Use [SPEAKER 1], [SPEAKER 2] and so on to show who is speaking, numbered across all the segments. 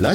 [SPEAKER 1] ラ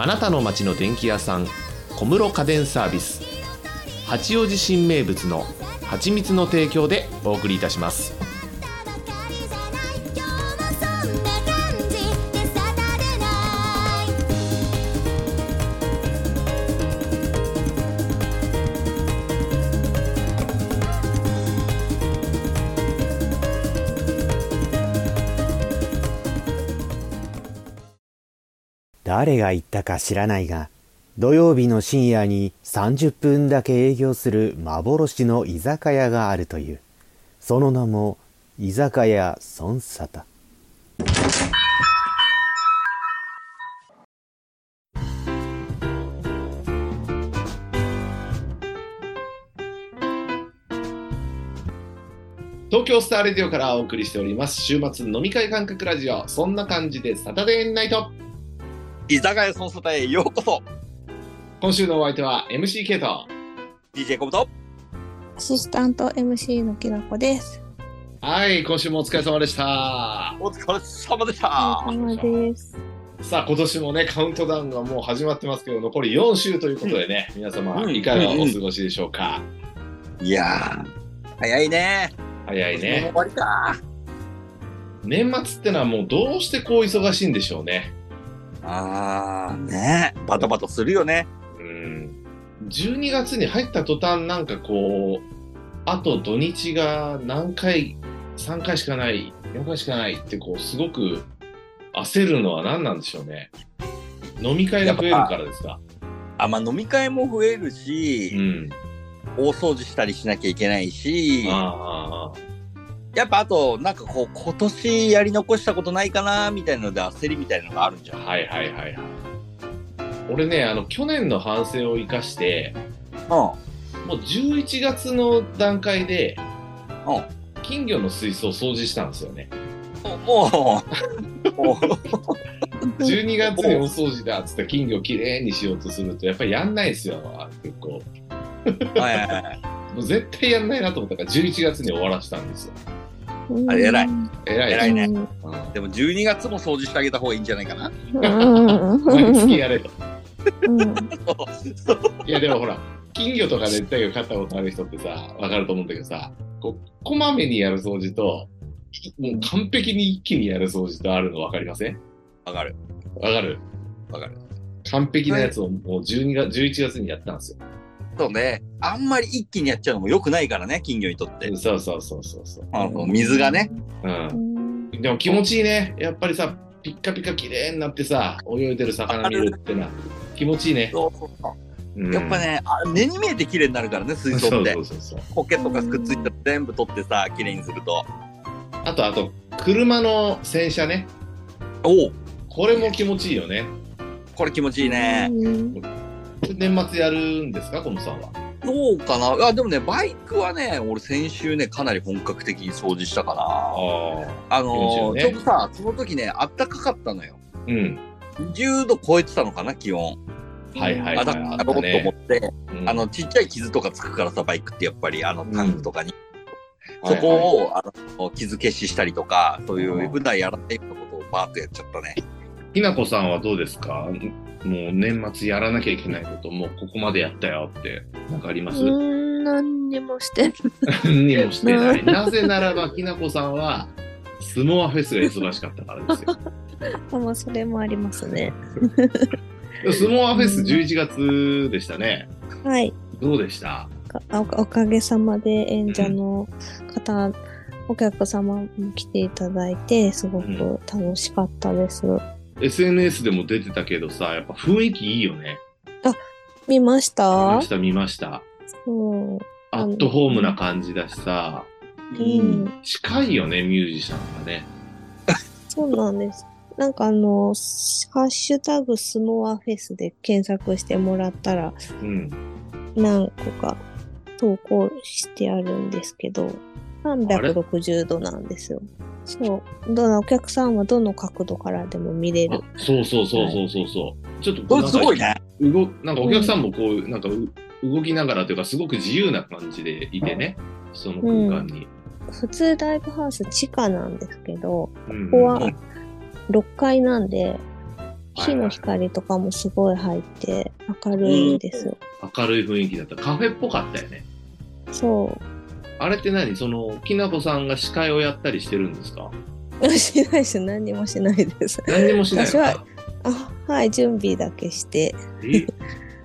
[SPEAKER 1] あなたの街の電気屋さん小室家電サービス八王子新名物の蜂蜜の提供でお送りいたします
[SPEAKER 2] たばかりじゃない今日もそんな感じでサタデーナイト
[SPEAKER 3] 誰が言ったか知らないが、土曜日の深夜に30分だけ営業する幻の居酒屋があるという。その名も、居酒屋孫沙汰。
[SPEAKER 1] 東京スターレディオからお送りしております週末飲み会感覚ラジオそんな感じでサタデーナイト
[SPEAKER 4] 居酒屋孫沙汰へようこそ
[SPEAKER 1] 今週のお相手は MCK と
[SPEAKER 4] DJ コムと
[SPEAKER 5] アシスタント MC のきなこです。
[SPEAKER 1] はい今週もお疲れ様でした
[SPEAKER 4] お疲れ様でし
[SPEAKER 5] あ
[SPEAKER 4] た
[SPEAKER 5] です。
[SPEAKER 1] さあ今年もねカウントダウンがもう始まってますけど残り4週ということでね、皆様
[SPEAKER 4] うん
[SPEAKER 1] いかがお過ごしでしょうか、
[SPEAKER 4] いやー早いね
[SPEAKER 1] 早いね
[SPEAKER 4] もう終わりか
[SPEAKER 1] 年末ってのはもうどうしてこう忙しいんでしょうね
[SPEAKER 4] あーねえバタバタするよね
[SPEAKER 1] うん12月に入った途端なんかこうあと土日が何回3回しかない4回しかないってこうすごく焦るのは何なんでしょうね飲み会が増えるからですか
[SPEAKER 4] あまあ飲み会も増える
[SPEAKER 1] う
[SPEAKER 4] し、
[SPEAKER 1] ん
[SPEAKER 4] 大掃除したりしなきゃいけないし
[SPEAKER 1] ああああ
[SPEAKER 4] やっぱあとなんかこう今年やり残したことないかなみたいので焦りみたいのがあるんじゃん
[SPEAKER 1] はいはいはいはい。俺ね、あの、去年の反省を生かして、
[SPEAKER 4] う
[SPEAKER 1] もう11月の段階で、
[SPEAKER 4] うん
[SPEAKER 1] 金魚の水槽を掃除したんですよね。
[SPEAKER 4] んもうもう
[SPEAKER 1] 12月にお掃除だっつって金魚きれいにしようとすると、やっぱりやんないですよ、結構。
[SPEAKER 4] はいはいはい
[SPEAKER 1] もう絶対やんないなと思ったから、11月に終わらしたんですよ。
[SPEAKER 4] あれ偉い
[SPEAKER 1] 偉い
[SPEAKER 4] 偉
[SPEAKER 1] 偉
[SPEAKER 4] い
[SPEAKER 1] い、
[SPEAKER 4] ね
[SPEAKER 5] うん
[SPEAKER 1] うん
[SPEAKER 4] でも12月も掃除してあげた方がいいんじゃないかな
[SPEAKER 5] うん
[SPEAKER 1] 毎月やれと。
[SPEAKER 5] うん
[SPEAKER 1] いや、でもほら、金魚とか熱帯魚飼ったことある人ってさ、わかると思うんだけどさ、こう、こまめにやる掃除と、いもう完璧に一気にやる掃除とあるの分かりません
[SPEAKER 4] わかる
[SPEAKER 1] わかる
[SPEAKER 4] わかる
[SPEAKER 1] 完璧なやつをもう12月、11月にやったんですよ。
[SPEAKER 4] そうね。あんまり一気にやっちゃうのも良くないからね、金魚にとって。
[SPEAKER 1] そうそうそうそうそう。
[SPEAKER 4] あの水がね。
[SPEAKER 1] うん。
[SPEAKER 5] うん
[SPEAKER 1] でも気持ちいいね。やっぱりさ、ピッカピカ綺麗になってさ、泳いでる魚見るってな。気持ちいいね。
[SPEAKER 4] そうそうそう
[SPEAKER 1] うん
[SPEAKER 4] やっぱ、ね、あ目に見えて綺麗になるからね、
[SPEAKER 1] そ
[SPEAKER 4] 水
[SPEAKER 1] うそ
[SPEAKER 4] 槽っ
[SPEAKER 1] う
[SPEAKER 4] て
[SPEAKER 1] そ。うそう。
[SPEAKER 4] 苔とかくっついたら全部取ってさ、綺麗にすると。
[SPEAKER 1] あと、あと、車の洗車ね。
[SPEAKER 4] おお、
[SPEAKER 1] これも気持ちいいよね。
[SPEAKER 4] これ気持ちいいね。
[SPEAKER 5] うん
[SPEAKER 1] 年末やるんですか、このさんは。
[SPEAKER 4] どうかなあ、でもね、バイクはね、俺先週ね、かなり本格的に掃除したかな。
[SPEAKER 1] ああ。
[SPEAKER 4] あのー
[SPEAKER 1] 先週ね
[SPEAKER 4] ちょっとさ、その時ね、あったかかったのよ。
[SPEAKER 1] うん。
[SPEAKER 4] 10度超えてたのかな、気温。
[SPEAKER 1] はいはいはい。
[SPEAKER 4] あ、だから、ロボット持って、
[SPEAKER 1] うん
[SPEAKER 4] あの、ちっちゃい傷とかつくからさ、バイクってやっぱり、あの、タンクとかに。
[SPEAKER 1] は
[SPEAKER 4] そ
[SPEAKER 1] い
[SPEAKER 4] こ
[SPEAKER 1] はい
[SPEAKER 4] を、あの傷消ししたりとか、そういう普段やらないようなことをバーッとやっちゃったね。
[SPEAKER 1] ひなこさんはどうですかもう年末やらなきゃいけないこと、もうここまでやったよって、なんかあります、
[SPEAKER 5] うん何にもして
[SPEAKER 1] にもしてない。 なぜならば、ひなこさんは、スモアフェスが忙しかったからですよ。
[SPEAKER 5] まあそれもありますね。
[SPEAKER 1] スモアフェス11月でしたね。
[SPEAKER 5] はい。
[SPEAKER 1] どうでした
[SPEAKER 5] かおおかげさまで演者の方、お客様も来ていただいてすごく楽しかったです。
[SPEAKER 1] ?SNS でも出てたけどさ、やっぱ雰囲気いいよね。
[SPEAKER 5] 見まし
[SPEAKER 1] 見
[SPEAKER 5] た
[SPEAKER 1] ま？した、見ました。
[SPEAKER 5] うん。
[SPEAKER 1] アットホームな感じだしさ、
[SPEAKER 5] うん。
[SPEAKER 1] 近いよね、ミュージシャンがね。
[SPEAKER 5] そうなんです。なんかあの、ハッシュタグスモアフェスで検索してもらったら、
[SPEAKER 1] うん。
[SPEAKER 5] 何個か投稿してあるんですけど、360度なんですよ。そう。どのお客さんはどの角度からでも見れる。
[SPEAKER 1] あそうそうそうそうそうそう。ちょっと
[SPEAKER 4] こ
[SPEAKER 1] こう
[SPEAKER 4] れすごい
[SPEAKER 1] なん
[SPEAKER 4] ね。
[SPEAKER 1] か動なんかお客さんもこうなんかう動きながらというかすごく自由な感じでいてね、その空間に。
[SPEAKER 5] 普通ライブハウス地下なんですけど、
[SPEAKER 1] うん
[SPEAKER 5] ここは6階なんで、
[SPEAKER 1] い
[SPEAKER 5] 火の光とかもすごい入って明るいんですよ。
[SPEAKER 1] 明るい雰囲気だった。カフェっぽかったよね。
[SPEAKER 5] そ
[SPEAKER 1] あれって何そのきなこさんが司会をやったりしてるんですか
[SPEAKER 5] う。しないです。何にもしないです。
[SPEAKER 1] 何にもしないの
[SPEAKER 5] 私はあ、はい、準備だけして。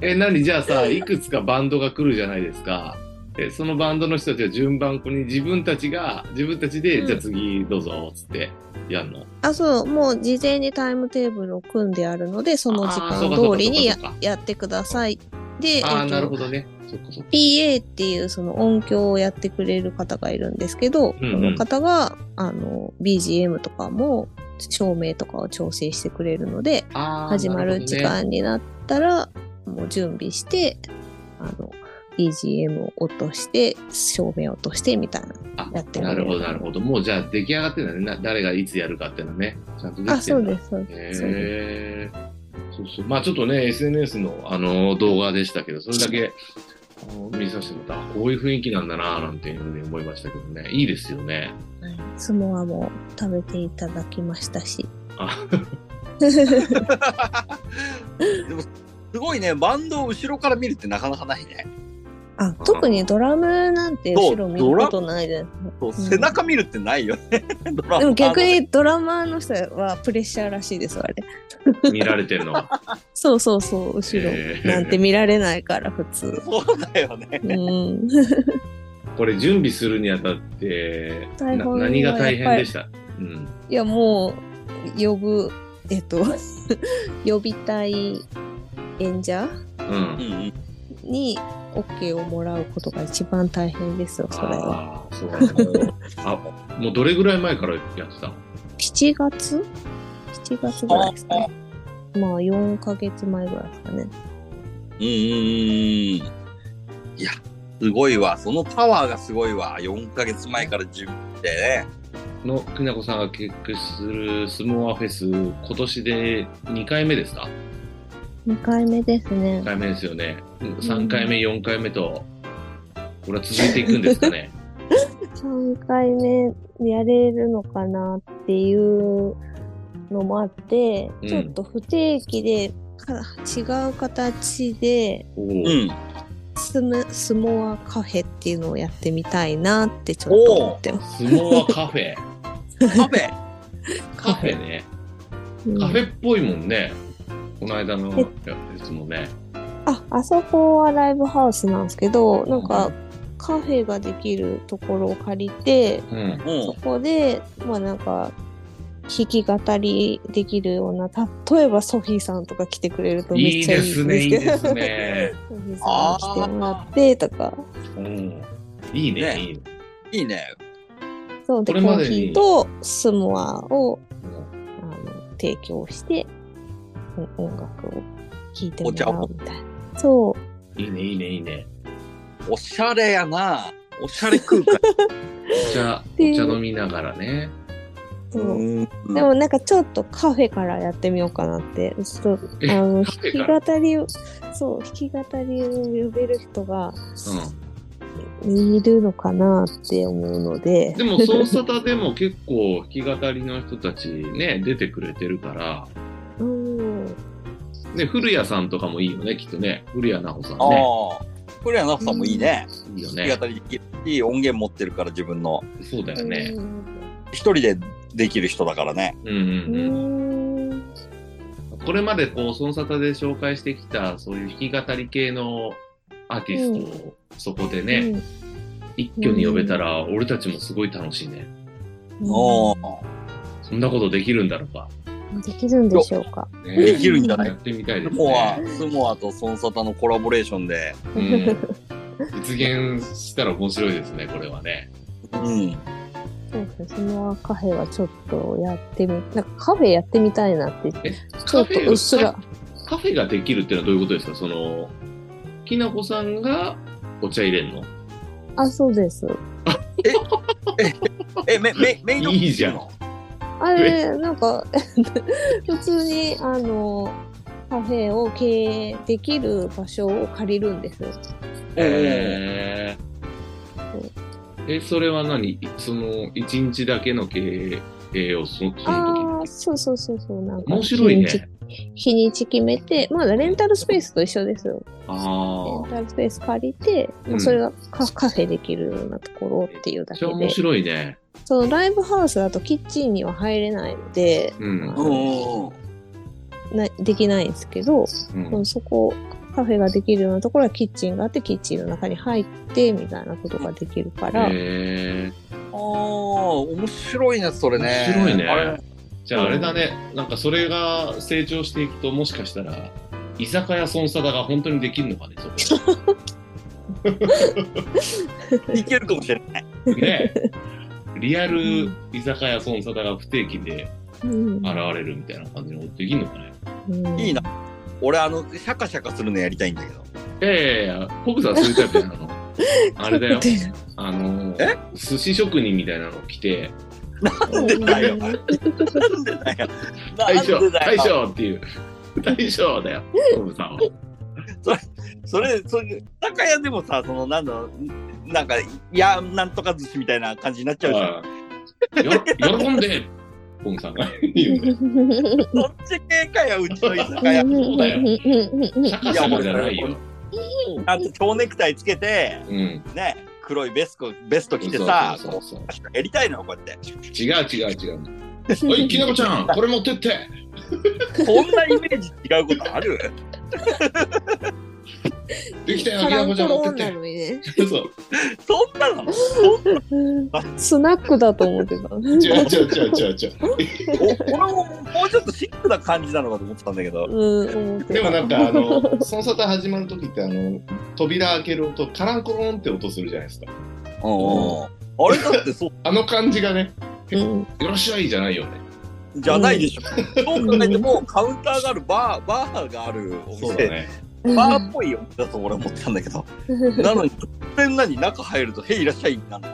[SPEAKER 1] ええ、 何じゃあさ、いくつかバンドが来るじゃないですか。え、そのバンドの人たちは順番こに自分たちが、自分たちで、
[SPEAKER 5] うん
[SPEAKER 1] じゃあ次どうぞ、つってやるの。
[SPEAKER 5] あ、そう、もう事前にタイムテーブルを組んであるので、その時
[SPEAKER 1] あーそうかそう
[SPEAKER 5] 間
[SPEAKER 1] か
[SPEAKER 5] 通りにや
[SPEAKER 1] そうかそう
[SPEAKER 5] やってください。で、
[SPEAKER 1] ああ、
[SPEAKER 5] えっと
[SPEAKER 1] なるほどね。そっかそっか。
[SPEAKER 5] PA っていうその音響をやってくれる方がいるんですけど、
[SPEAKER 1] うんうん
[SPEAKER 5] この方があの BGM とかも照明とかを調整してくれるので、
[SPEAKER 1] ああ、
[SPEAKER 5] 始ま
[SPEAKER 1] な
[SPEAKER 5] る
[SPEAKER 1] ほど
[SPEAKER 5] 時
[SPEAKER 1] ね。
[SPEAKER 5] 間になったらもう準備して、あの BGM を落として、照明を落としてみたいな。
[SPEAKER 1] あ
[SPEAKER 5] やってくれる
[SPEAKER 1] なるほど、なるほど。もうじゃあ出来上がってんだね。な誰がいつやるかっていうのね。ちゃんとできてんだ
[SPEAKER 5] あ、そうです、そうです。そうです
[SPEAKER 1] へえそうそう。まあちょっとね、SNS の、あの動画でしたけど、それだけあの見させてもらったあこういう雰囲気なんだなぁなんていうふうに思いましたけどね。いいですよね。
[SPEAKER 5] はいスモアも食べていただきましたし。
[SPEAKER 1] あ
[SPEAKER 4] すごいね、バンドを後ろから見るってなかなかないね。
[SPEAKER 5] あ、特にドラムなんて後ろ見ることないです。
[SPEAKER 4] そう
[SPEAKER 5] うん
[SPEAKER 4] 背中見るってないよね。 ドラマ
[SPEAKER 5] でも逆にドラマーの人はプレッシャーらしいです、あれ。
[SPEAKER 1] 見られてるの は。
[SPEAKER 5] そうそうそう、後ろ。
[SPEAKER 1] えー
[SPEAKER 5] なんて見られないから、普通。
[SPEAKER 4] そうだよね。
[SPEAKER 5] うん。
[SPEAKER 1] これ準備するにあたって、な
[SPEAKER 5] 台本は
[SPEAKER 1] 何が大変でしたうん。
[SPEAKER 5] いや、もう、呼ぶ、えっと、 呼びたい演者
[SPEAKER 1] うん。
[SPEAKER 5] に OK をもらうことが一番大変ですよ、それは。
[SPEAKER 1] ああ、そうなのあ、もうどれぐらい前からやってたの
[SPEAKER 5] 7月 ?7 月ぐらいですかね。まあ、4ヶ月前ぐらいですかね。
[SPEAKER 4] うんうんうんうん。いや、すごいわ。そのパワーがすごいわ。4ヶ月前から準備でね。
[SPEAKER 1] のきなこさんが結局するスモアフェス、今年で2回目ですか
[SPEAKER 5] 2回目ですね
[SPEAKER 1] 3。回目ですよね。3回目、4回目と、これは続いていくんですかね。
[SPEAKER 5] 3回目やれるのかなっていうのもあって、
[SPEAKER 1] うん
[SPEAKER 5] ちょっと不定期でか違う形で
[SPEAKER 1] おお、
[SPEAKER 4] うん。
[SPEAKER 5] スムスモアカフェっていうのをやってみたいなってちょっと思ってます。
[SPEAKER 1] スモアカフェ。
[SPEAKER 4] カフェ。
[SPEAKER 1] カフェね。
[SPEAKER 5] うん
[SPEAKER 1] カフェっぽいもんね。この間のやつもね。
[SPEAKER 5] ああそこはライブハウスなんですけどなんかカフェができるところを借りて
[SPEAKER 1] うん。
[SPEAKER 4] うん
[SPEAKER 5] そ。こでまあなんか弾き語りできるような例えばソフィーさんとか来てくれるとめ
[SPEAKER 1] い
[SPEAKER 5] っ
[SPEAKER 1] い
[SPEAKER 5] ちゃい
[SPEAKER 1] で
[SPEAKER 5] い
[SPEAKER 1] す
[SPEAKER 5] ん
[SPEAKER 1] ね、
[SPEAKER 5] です
[SPEAKER 1] いい
[SPEAKER 5] けど。
[SPEAKER 1] ですね。
[SPEAKER 5] お水が来てもらってとか、
[SPEAKER 1] うん。いいね、
[SPEAKER 4] ね
[SPEAKER 1] いいね。
[SPEAKER 4] いいね。
[SPEAKER 5] そうで、
[SPEAKER 1] こ
[SPEAKER 5] コ
[SPEAKER 1] れまで
[SPEAKER 5] ー
[SPEAKER 1] に
[SPEAKER 5] ヒーとスモアを
[SPEAKER 1] うん
[SPEAKER 5] あの提供して、お音楽を聴いてもらうみたいな。そ
[SPEAKER 1] いいね、いいね、いいね。
[SPEAKER 4] おしゃれやな。おしゃれ空間。
[SPEAKER 1] お茶、
[SPEAKER 5] で
[SPEAKER 1] お茶飲みながらね。
[SPEAKER 5] う。 そう
[SPEAKER 4] うん
[SPEAKER 5] でもなんかちょっとカフェからやってみようかなって、ちょっと、あの、
[SPEAKER 1] カフェから
[SPEAKER 5] 弾き語りを、そう、弾き語りを呼べる人が
[SPEAKER 1] う
[SPEAKER 5] いるのかなって思うので
[SPEAKER 1] ん。、でも、ソーサタでも結構弾き語りの人たちね、出てくれてるから、
[SPEAKER 5] うん、
[SPEAKER 1] ね、古谷さんとかもいいよね、きっとね。古谷奈穂さんね。
[SPEAKER 4] ああ。これはなさんもいいね。
[SPEAKER 1] いいよ
[SPEAKER 4] 弾き
[SPEAKER 1] ね。
[SPEAKER 4] 語りできるし、音源持ってるから自分の。
[SPEAKER 1] そうだよね。
[SPEAKER 4] 一人でできる人だからね。
[SPEAKER 1] うんう
[SPEAKER 5] う
[SPEAKER 1] んうん。
[SPEAKER 5] ん。うん
[SPEAKER 1] これまでこう、ソンサタで紹介してきた、そういう弾き語り系のアーティストを、そこでね、一挙に呼べたら、俺たちもすごい楽しいね。
[SPEAKER 5] うん
[SPEAKER 4] おお。
[SPEAKER 1] そんなことできるんだろうか。
[SPEAKER 5] できるんでしょうか。
[SPEAKER 1] ね
[SPEAKER 4] できるんじゃない
[SPEAKER 1] やってみたい
[SPEAKER 4] ス
[SPEAKER 1] です
[SPEAKER 4] モア
[SPEAKER 1] ね。、
[SPEAKER 4] スモアとソンサタのコラボレーションで。
[SPEAKER 1] うん、実現したら面白いですね、これはね。
[SPEAKER 4] うん。
[SPEAKER 5] そうですね。そのカフェはちょっとやってみ、なんかカフェやってみたいなって、
[SPEAKER 1] え
[SPEAKER 5] ちょっとうっすら
[SPEAKER 1] カ。カフェができるっていうのはどういうことですかそのきなこさんがお茶入れんの
[SPEAKER 5] あ、そうです。
[SPEAKER 4] え、め、め、メイド
[SPEAKER 1] いいじゃん
[SPEAKER 5] あれ、なんか、 普通に、あの、カフェを経営できる場所を借りるんですよ。
[SPEAKER 1] えー、えそれは何その一日だけの経営をそその
[SPEAKER 5] ああ、そうそうそうそう。なん
[SPEAKER 1] 時
[SPEAKER 5] か
[SPEAKER 1] 面白いね
[SPEAKER 5] 日にち。日にち決めて、まあ、レンタルスペースと一緒ですよ。レ
[SPEAKER 1] あ
[SPEAKER 5] ン
[SPEAKER 1] あ
[SPEAKER 5] タルスペース借りて、
[SPEAKER 1] う
[SPEAKER 5] ま
[SPEAKER 1] ん
[SPEAKER 5] あ、それがカ,、カフェできるようなところっていうだ
[SPEAKER 1] じ
[SPEAKER 5] け
[SPEAKER 1] ゃあ
[SPEAKER 5] で
[SPEAKER 1] 面。白いね
[SPEAKER 5] そのライブハウスだとキッチンには入れないので、
[SPEAKER 1] うん
[SPEAKER 4] うんうんうん。
[SPEAKER 5] なできないんですけど、
[SPEAKER 1] うん
[SPEAKER 5] そこ、カフェができるようなところはキッチンがあって、キッチンの中に入って、みたいなことができるから、
[SPEAKER 1] へえ
[SPEAKER 4] ああ、面白いね、それね。
[SPEAKER 1] 面白いね
[SPEAKER 4] あれ
[SPEAKER 1] じゃああれだねなんかそれが成長していくともしかしたら居酒屋孫貞が本当にできるのかねそこ
[SPEAKER 4] いけるかもしれない。
[SPEAKER 1] ねリアル居酒屋孫貞が不定期で
[SPEAKER 5] うん
[SPEAKER 1] 現れるみたいな感じのことできるのかね
[SPEAKER 5] うん
[SPEAKER 4] いいな。俺、あの、シャカシャカするのやりたいんだけど。
[SPEAKER 1] いやいやいやコブさんそういうタイプじゃない のあれだよあの
[SPEAKER 4] え
[SPEAKER 1] 寿司職人みたいなの着て
[SPEAKER 4] なんでだよ。
[SPEAKER 5] う
[SPEAKER 4] なんでだよ。
[SPEAKER 1] 大
[SPEAKER 4] なん
[SPEAKER 1] 将
[SPEAKER 4] でだ
[SPEAKER 1] 大
[SPEAKER 4] よ。
[SPEAKER 1] 将っていう大将だよコブさんは
[SPEAKER 4] それ、それ、酒屋でもさ、その、なんだろう、なんか、いや、なんとか寿司みたいな感じになっちゃうじゃん。
[SPEAKER 1] うんよ喜んでコブさんが言うね
[SPEAKER 4] そっち系かよ、うちの居酒 屋。
[SPEAKER 1] うだよシャカシャカじゃないよ
[SPEAKER 4] ちゃんと蝶ネクタイつけて、
[SPEAKER 1] うん
[SPEAKER 4] ね、黒いベスト、ベスト着てさ、
[SPEAKER 1] そうそうそうそう
[SPEAKER 4] やりたいのよ、こうやって。
[SPEAKER 1] 違う違う違う。おい、きなこちゃん、これ持ってって。
[SPEAKER 4] こんなイメージ違うことある
[SPEAKER 1] できたよ、
[SPEAKER 5] カ
[SPEAKER 1] きな
[SPEAKER 5] ラ
[SPEAKER 1] こ
[SPEAKER 5] ン
[SPEAKER 1] ちゃ
[SPEAKER 5] コ
[SPEAKER 1] ん持
[SPEAKER 5] ロ
[SPEAKER 1] っ
[SPEAKER 5] ン
[SPEAKER 1] て
[SPEAKER 5] な
[SPEAKER 1] っ
[SPEAKER 5] のにね。
[SPEAKER 1] て。そう。
[SPEAKER 4] そんなの
[SPEAKER 5] スナックだと思ってた。
[SPEAKER 1] 違う違う違う違う違う。
[SPEAKER 4] お俺ももうちょっとシックな感じなのかと思ってたんだけど。
[SPEAKER 5] うん、思ってた。
[SPEAKER 1] でもなんか、あの、その沙汰始まる時って、あの、扉開ける音、カランコロンって音するじゃないですか。
[SPEAKER 4] あれだってそう
[SPEAKER 1] あの感じがね、
[SPEAKER 5] うん、
[SPEAKER 1] よろしはいいじゃないよね。
[SPEAKER 4] じゃないでしょ。そう考えてもカウンターがあるバー、バーがあるお
[SPEAKER 1] そうだ
[SPEAKER 4] 店、
[SPEAKER 1] ね。
[SPEAKER 4] バーっぽいお店だと俺は思ってたんだけ ど。なのに突然何中入ると「へいいらっしゃい」なんだ。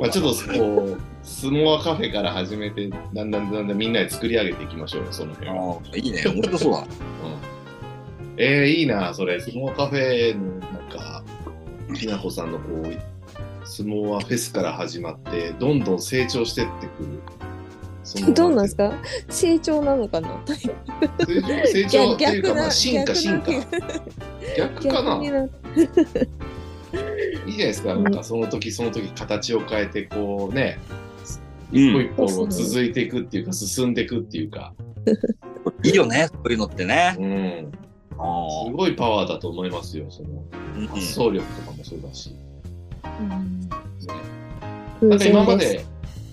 [SPEAKER 1] まあちょっと、こう、相撲カフェから始めて、だんだんだんだんみんなで作り上げていきましょうよ、その辺は。
[SPEAKER 4] あいいね 面白そうだ。
[SPEAKER 1] うんえー、いいな、それ、相撲カフェの、なんか、きなこさんのこう、相撲はフェスから始まって、どんどん成長してってくる。その
[SPEAKER 5] どうなんですか成長なのかな
[SPEAKER 1] 成長成長っていうか、
[SPEAKER 5] 逆な
[SPEAKER 1] まあ、進化、
[SPEAKER 5] 逆
[SPEAKER 1] 進
[SPEAKER 5] な
[SPEAKER 1] 化。逆かない
[SPEAKER 5] 逆に
[SPEAKER 1] い
[SPEAKER 5] な
[SPEAKER 1] じゃないですか、なんかその時その時形を変えて、こうね、
[SPEAKER 4] う
[SPEAKER 1] 一歩
[SPEAKER 4] ん、
[SPEAKER 1] 一歩
[SPEAKER 5] そうそう
[SPEAKER 1] 続いていくっていうか、進んでいくっていうか、
[SPEAKER 4] いいよねそういうのってね。
[SPEAKER 1] うん、
[SPEAKER 4] あ
[SPEAKER 1] す
[SPEAKER 4] ー
[SPEAKER 1] ごいパワーだと思いますよ、その
[SPEAKER 4] うん
[SPEAKER 1] 発想力とかもそうだし。ねな
[SPEAKER 5] 偶
[SPEAKER 1] んか今ま
[SPEAKER 5] 然で
[SPEAKER 1] で
[SPEAKER 5] す。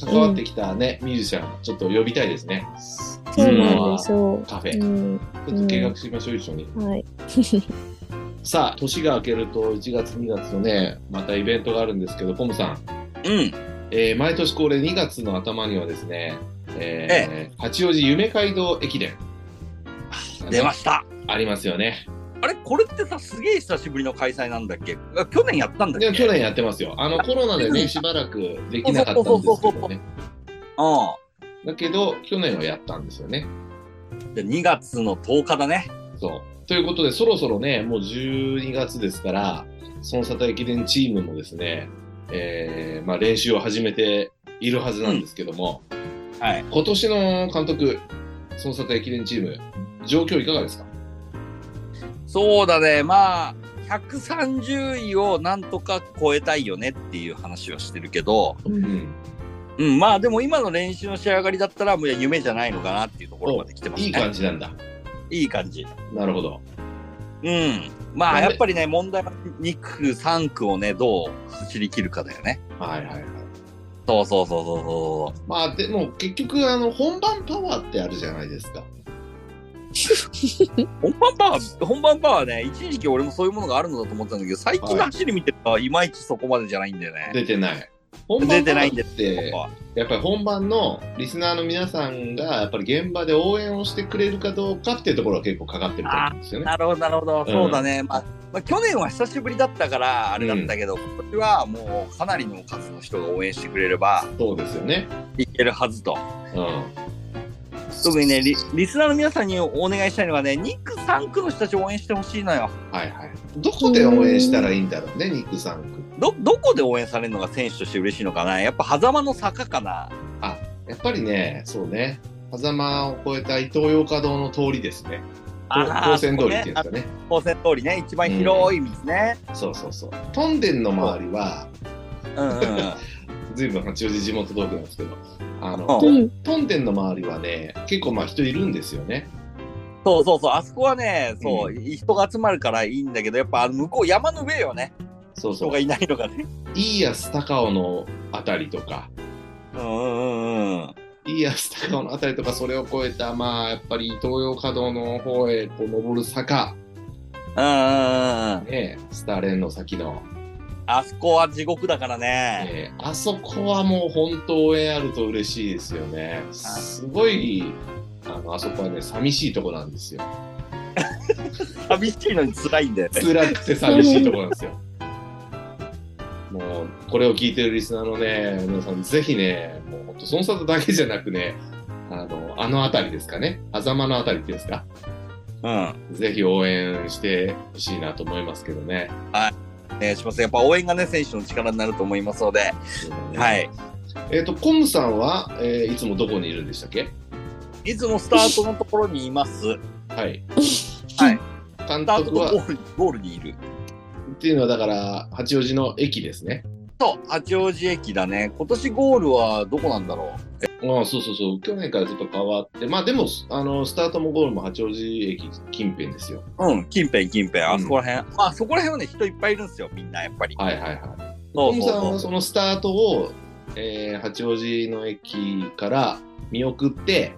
[SPEAKER 1] 関わってきたね、ミュージシャン、ちょっと呼びたいですね。
[SPEAKER 5] そうなんですよ。
[SPEAKER 1] カフェ。
[SPEAKER 5] う
[SPEAKER 1] ち
[SPEAKER 5] ん、
[SPEAKER 1] ょっと見学しましょう、一緒に。
[SPEAKER 5] はい。
[SPEAKER 1] さあ、年が明けると1月、2月のね、またイベントがあるんですけど、コムさん、
[SPEAKER 4] うん
[SPEAKER 1] えー毎年恒例2月の頭にはですね、えー八王子夢街道駅伝。
[SPEAKER 4] 出ました。
[SPEAKER 1] ありますよね。
[SPEAKER 4] あれこれってさすげえ久しぶりの開催なんだっけあ去年やったんだっ
[SPEAKER 1] で
[SPEAKER 4] け
[SPEAKER 1] も去年やってますよ。あのコロナでね、しばらくできなかったんですけどね。
[SPEAKER 4] あ
[SPEAKER 1] だけど、去年はやったんですよね。
[SPEAKER 4] あで2月の10日だね
[SPEAKER 1] そう。ということで、そろそろね、もう12月ですから、孫沙汰駅伝チームもですね、えーまあ、練習を始めているはずなんですけども、
[SPEAKER 4] はい
[SPEAKER 1] 今年の監督、孫沙汰駅伝チーム、状況いかがですか
[SPEAKER 4] そうだねまあ130位をなんとか超えたいよねっていう話をしてるけど、
[SPEAKER 1] うん。
[SPEAKER 4] うん、まあでも今の練習の仕上がりだったらもう夢じゃないのかなっていうところまで来てますね
[SPEAKER 1] いい感じなんだ。
[SPEAKER 4] いい感じ
[SPEAKER 1] なるほど。
[SPEAKER 4] うんま
[SPEAKER 1] な
[SPEAKER 4] あ
[SPEAKER 1] んで
[SPEAKER 4] やっぱりね問題は2区3区をねどう走り切るかだよね
[SPEAKER 1] はいはいはい。
[SPEAKER 4] そうそうそうそうそうそう
[SPEAKER 1] まあ、でも結局、あの、本番パワーってあるじゃないですか。
[SPEAKER 4] 本番パワー、本番パワーね、一時期俺もそういうものがあるのだと思ってたんだけど、最近の走り見てると、いまいちそこまでじゃないんだよね。
[SPEAKER 1] 出てない。本番
[SPEAKER 4] 出てないんです
[SPEAKER 1] って
[SPEAKER 4] ここは
[SPEAKER 1] やっぱり本番のリスナーの皆さんがやっぱり現場で応援をしてくれるかどうかっていうところが結構かかってると思うんですよね。
[SPEAKER 4] なるほど、なるほど、
[SPEAKER 1] ん
[SPEAKER 4] そうだね、まあ、まあ、去年は久しぶりだったから、あれだったけど、今年はもうかなりの数の人が応援してくれれば、
[SPEAKER 1] そうですよね。
[SPEAKER 4] いけるはずと。
[SPEAKER 1] う
[SPEAKER 4] 特にねリ、リスナーの皆さんにお願いしたいのがね、2区、3区の人たちを応援してほしいのよ。
[SPEAKER 1] ん。はいはい。どこで応援したらいいんだろうね、ニックさん。
[SPEAKER 4] ど、どこで応援されるのが選手として嬉しいのかなやっぱ狭間の坂かな
[SPEAKER 1] やっぱりね、そうね。狭間を越えた伊東洋華堂の通りですね。こう
[SPEAKER 4] あー
[SPEAKER 1] 高線通りっていうんですかね。
[SPEAKER 4] 高線通りね、一番広い道ね。
[SPEAKER 1] そうそうそう。トンデンの周りは、
[SPEAKER 4] うん、うん、
[SPEAKER 1] ずいぶん八王子地元トークなんですけど、あの、
[SPEAKER 4] うん
[SPEAKER 1] ト
[SPEAKER 5] うん
[SPEAKER 1] ントンデンの周りはね、結構まあ人いるんですよね。
[SPEAKER 4] そうそうそう、あそこはね、そう、人が集まるからいいんだけど、やっぱあの向こう山の上よね、
[SPEAKER 1] そう
[SPEAKER 4] 人
[SPEAKER 1] そ
[SPEAKER 4] が
[SPEAKER 1] う。
[SPEAKER 4] いないのがね。
[SPEAKER 1] イーヤス高尾のあたりとか、
[SPEAKER 4] うんうんうんうん。
[SPEAKER 1] イーヤス高尾のあたりとか、それを越えた、まあ、やっぱり東洋華堂の方へこう登る坂、
[SPEAKER 4] うんうんうん。
[SPEAKER 1] ね、スターレンの先の、
[SPEAKER 4] あそこは地獄だからね。
[SPEAKER 1] えーあそこはもう本当応援あると嬉しいですよね。すごい、あの、あそこはね、寂しいとこなんですよ。
[SPEAKER 4] 寂しいのに辛いんだよね。
[SPEAKER 1] 辛くて寂しいところなんですよ。もう、これを聞いてるリスナーのね、皆さん、ぜひね、もう本当、その里だけじゃなくね、あの、あの辺りですかね、狭間の辺りっていうんですか、
[SPEAKER 4] うん。
[SPEAKER 1] ぜひ応援してほしいなと思いますけどね。。
[SPEAKER 4] お願いします。やっぱ応援がね、選手の力になると思いますので。はいい。
[SPEAKER 1] えっ、と、コムさんは、えーいつもどこにいるんでしたっけ
[SPEAKER 4] いつもスタートのところにいます。ス
[SPEAKER 1] はい。
[SPEAKER 4] はい。
[SPEAKER 1] 監
[SPEAKER 4] タ
[SPEAKER 1] 督
[SPEAKER 4] ートとゴ
[SPEAKER 1] は、っ
[SPEAKER 4] ールゴールにいる。
[SPEAKER 1] ていうのはだから、八王子の駅ですね。
[SPEAKER 4] そう、八王子駅だね。今年ゴールはどこなんだろ
[SPEAKER 1] ああそうそうそう、去年からちょっと変わって、まあでも、あの、スタートもゴールも八王子駅近辺ですよ。
[SPEAKER 4] う。うん、近辺、近辺、あそこら辺。まあ、そこら辺はね、人いっぱいいるんですよ、みんな、やっぱり。
[SPEAKER 1] はいはいはい。ト
[SPEAKER 4] そう
[SPEAKER 1] ム
[SPEAKER 4] そう
[SPEAKER 1] さん
[SPEAKER 4] そ
[SPEAKER 1] は
[SPEAKER 4] う。
[SPEAKER 1] そのスタートを、えー八王子の駅から見送って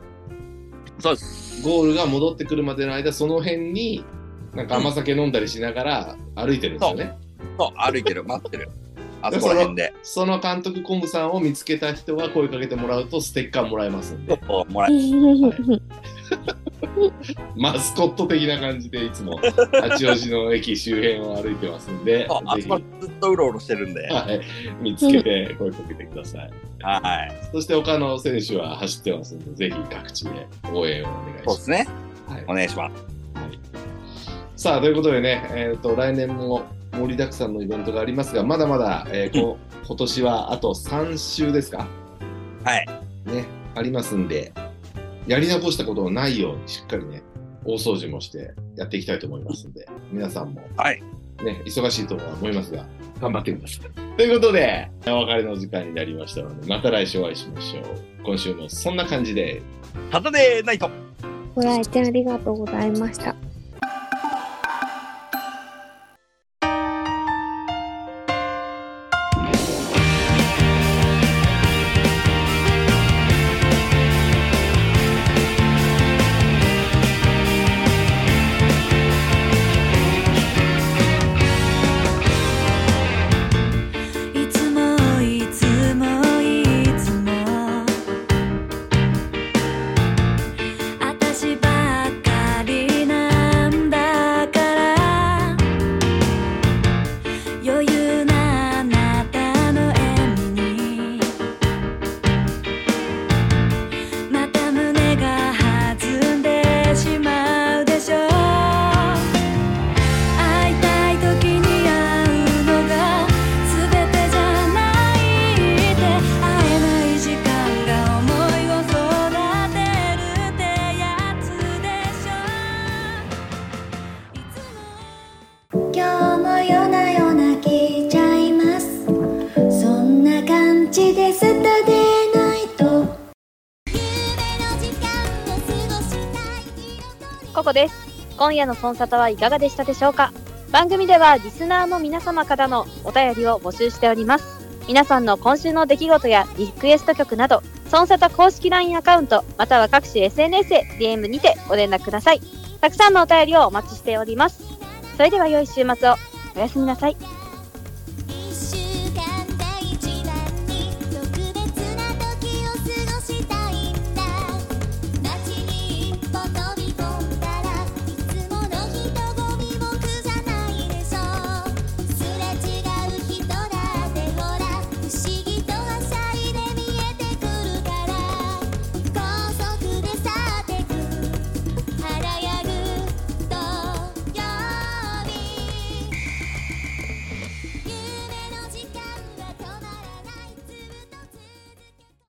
[SPEAKER 4] そうです。
[SPEAKER 1] ゴールが戻ってくるまでの間その辺になんか甘酒飲んだりしながら歩いてるんですよね、
[SPEAKER 4] そう、歩いてる、待って る。あそこら辺で。
[SPEAKER 1] その監督コムさんを見つけた人は声かけてもらうとステッカーもらえますん
[SPEAKER 4] そ
[SPEAKER 1] で
[SPEAKER 4] うそう、もらえ
[SPEAKER 1] マスコット的な感じでい つも八王子の駅周辺を歩いてますんで
[SPEAKER 4] そう、あ
[SPEAKER 1] ぜ
[SPEAKER 4] そ
[SPEAKER 1] ひ
[SPEAKER 4] こずっとうろうろしてるんで。
[SPEAKER 1] はい、見つけて声かけてください
[SPEAKER 4] はい。
[SPEAKER 1] そして他の選手は走ってますんでぜひ各地で応援をお願いし
[SPEAKER 4] そ
[SPEAKER 1] ま
[SPEAKER 4] うですすね。
[SPEAKER 1] はい
[SPEAKER 4] お願いします。
[SPEAKER 1] はい、さあということでね、えー、と来年も盛りだくさんのイベントがありますがまだまだ、えーこ今年はあと3週ですか
[SPEAKER 4] はい。
[SPEAKER 1] ねありますんでやり残したことのないようにしっかりね大掃除もしてやっていきたいと思いますんで皆さんも、
[SPEAKER 4] はい
[SPEAKER 1] ね、忙しいとは思いますが頑張ってください。ということでお別れの時間になりましたのでまた来週お会いしましょう。今週もそんな感じで
[SPEAKER 4] サタデーナイト
[SPEAKER 5] ご来店ありがとうございました。
[SPEAKER 6] 「いつもいつもいつも」「あたしばっかりなんだから」「余裕なあなたの笑みに」「また胸が弾んでしまうでしょう」会いたい時に会うのが全てじゃないって会えない時間が思いを育てるってやつでしょいつも今日も夜な夜な聞いちゃいますそんな感じでスタデーナイト
[SPEAKER 7] ここです。今夜のコンサートはいかがでしたでしょうか番組ではリスナーの皆様からのお便りを募集しております。皆さんの今週の出来事やリクエスト曲など、ソンサタ公式 LINE アカウント、または各種 SNS へ DM にてご連絡ください。たくさんのお便りをお待ちしております。それでは良い週末を。おやすみなさい。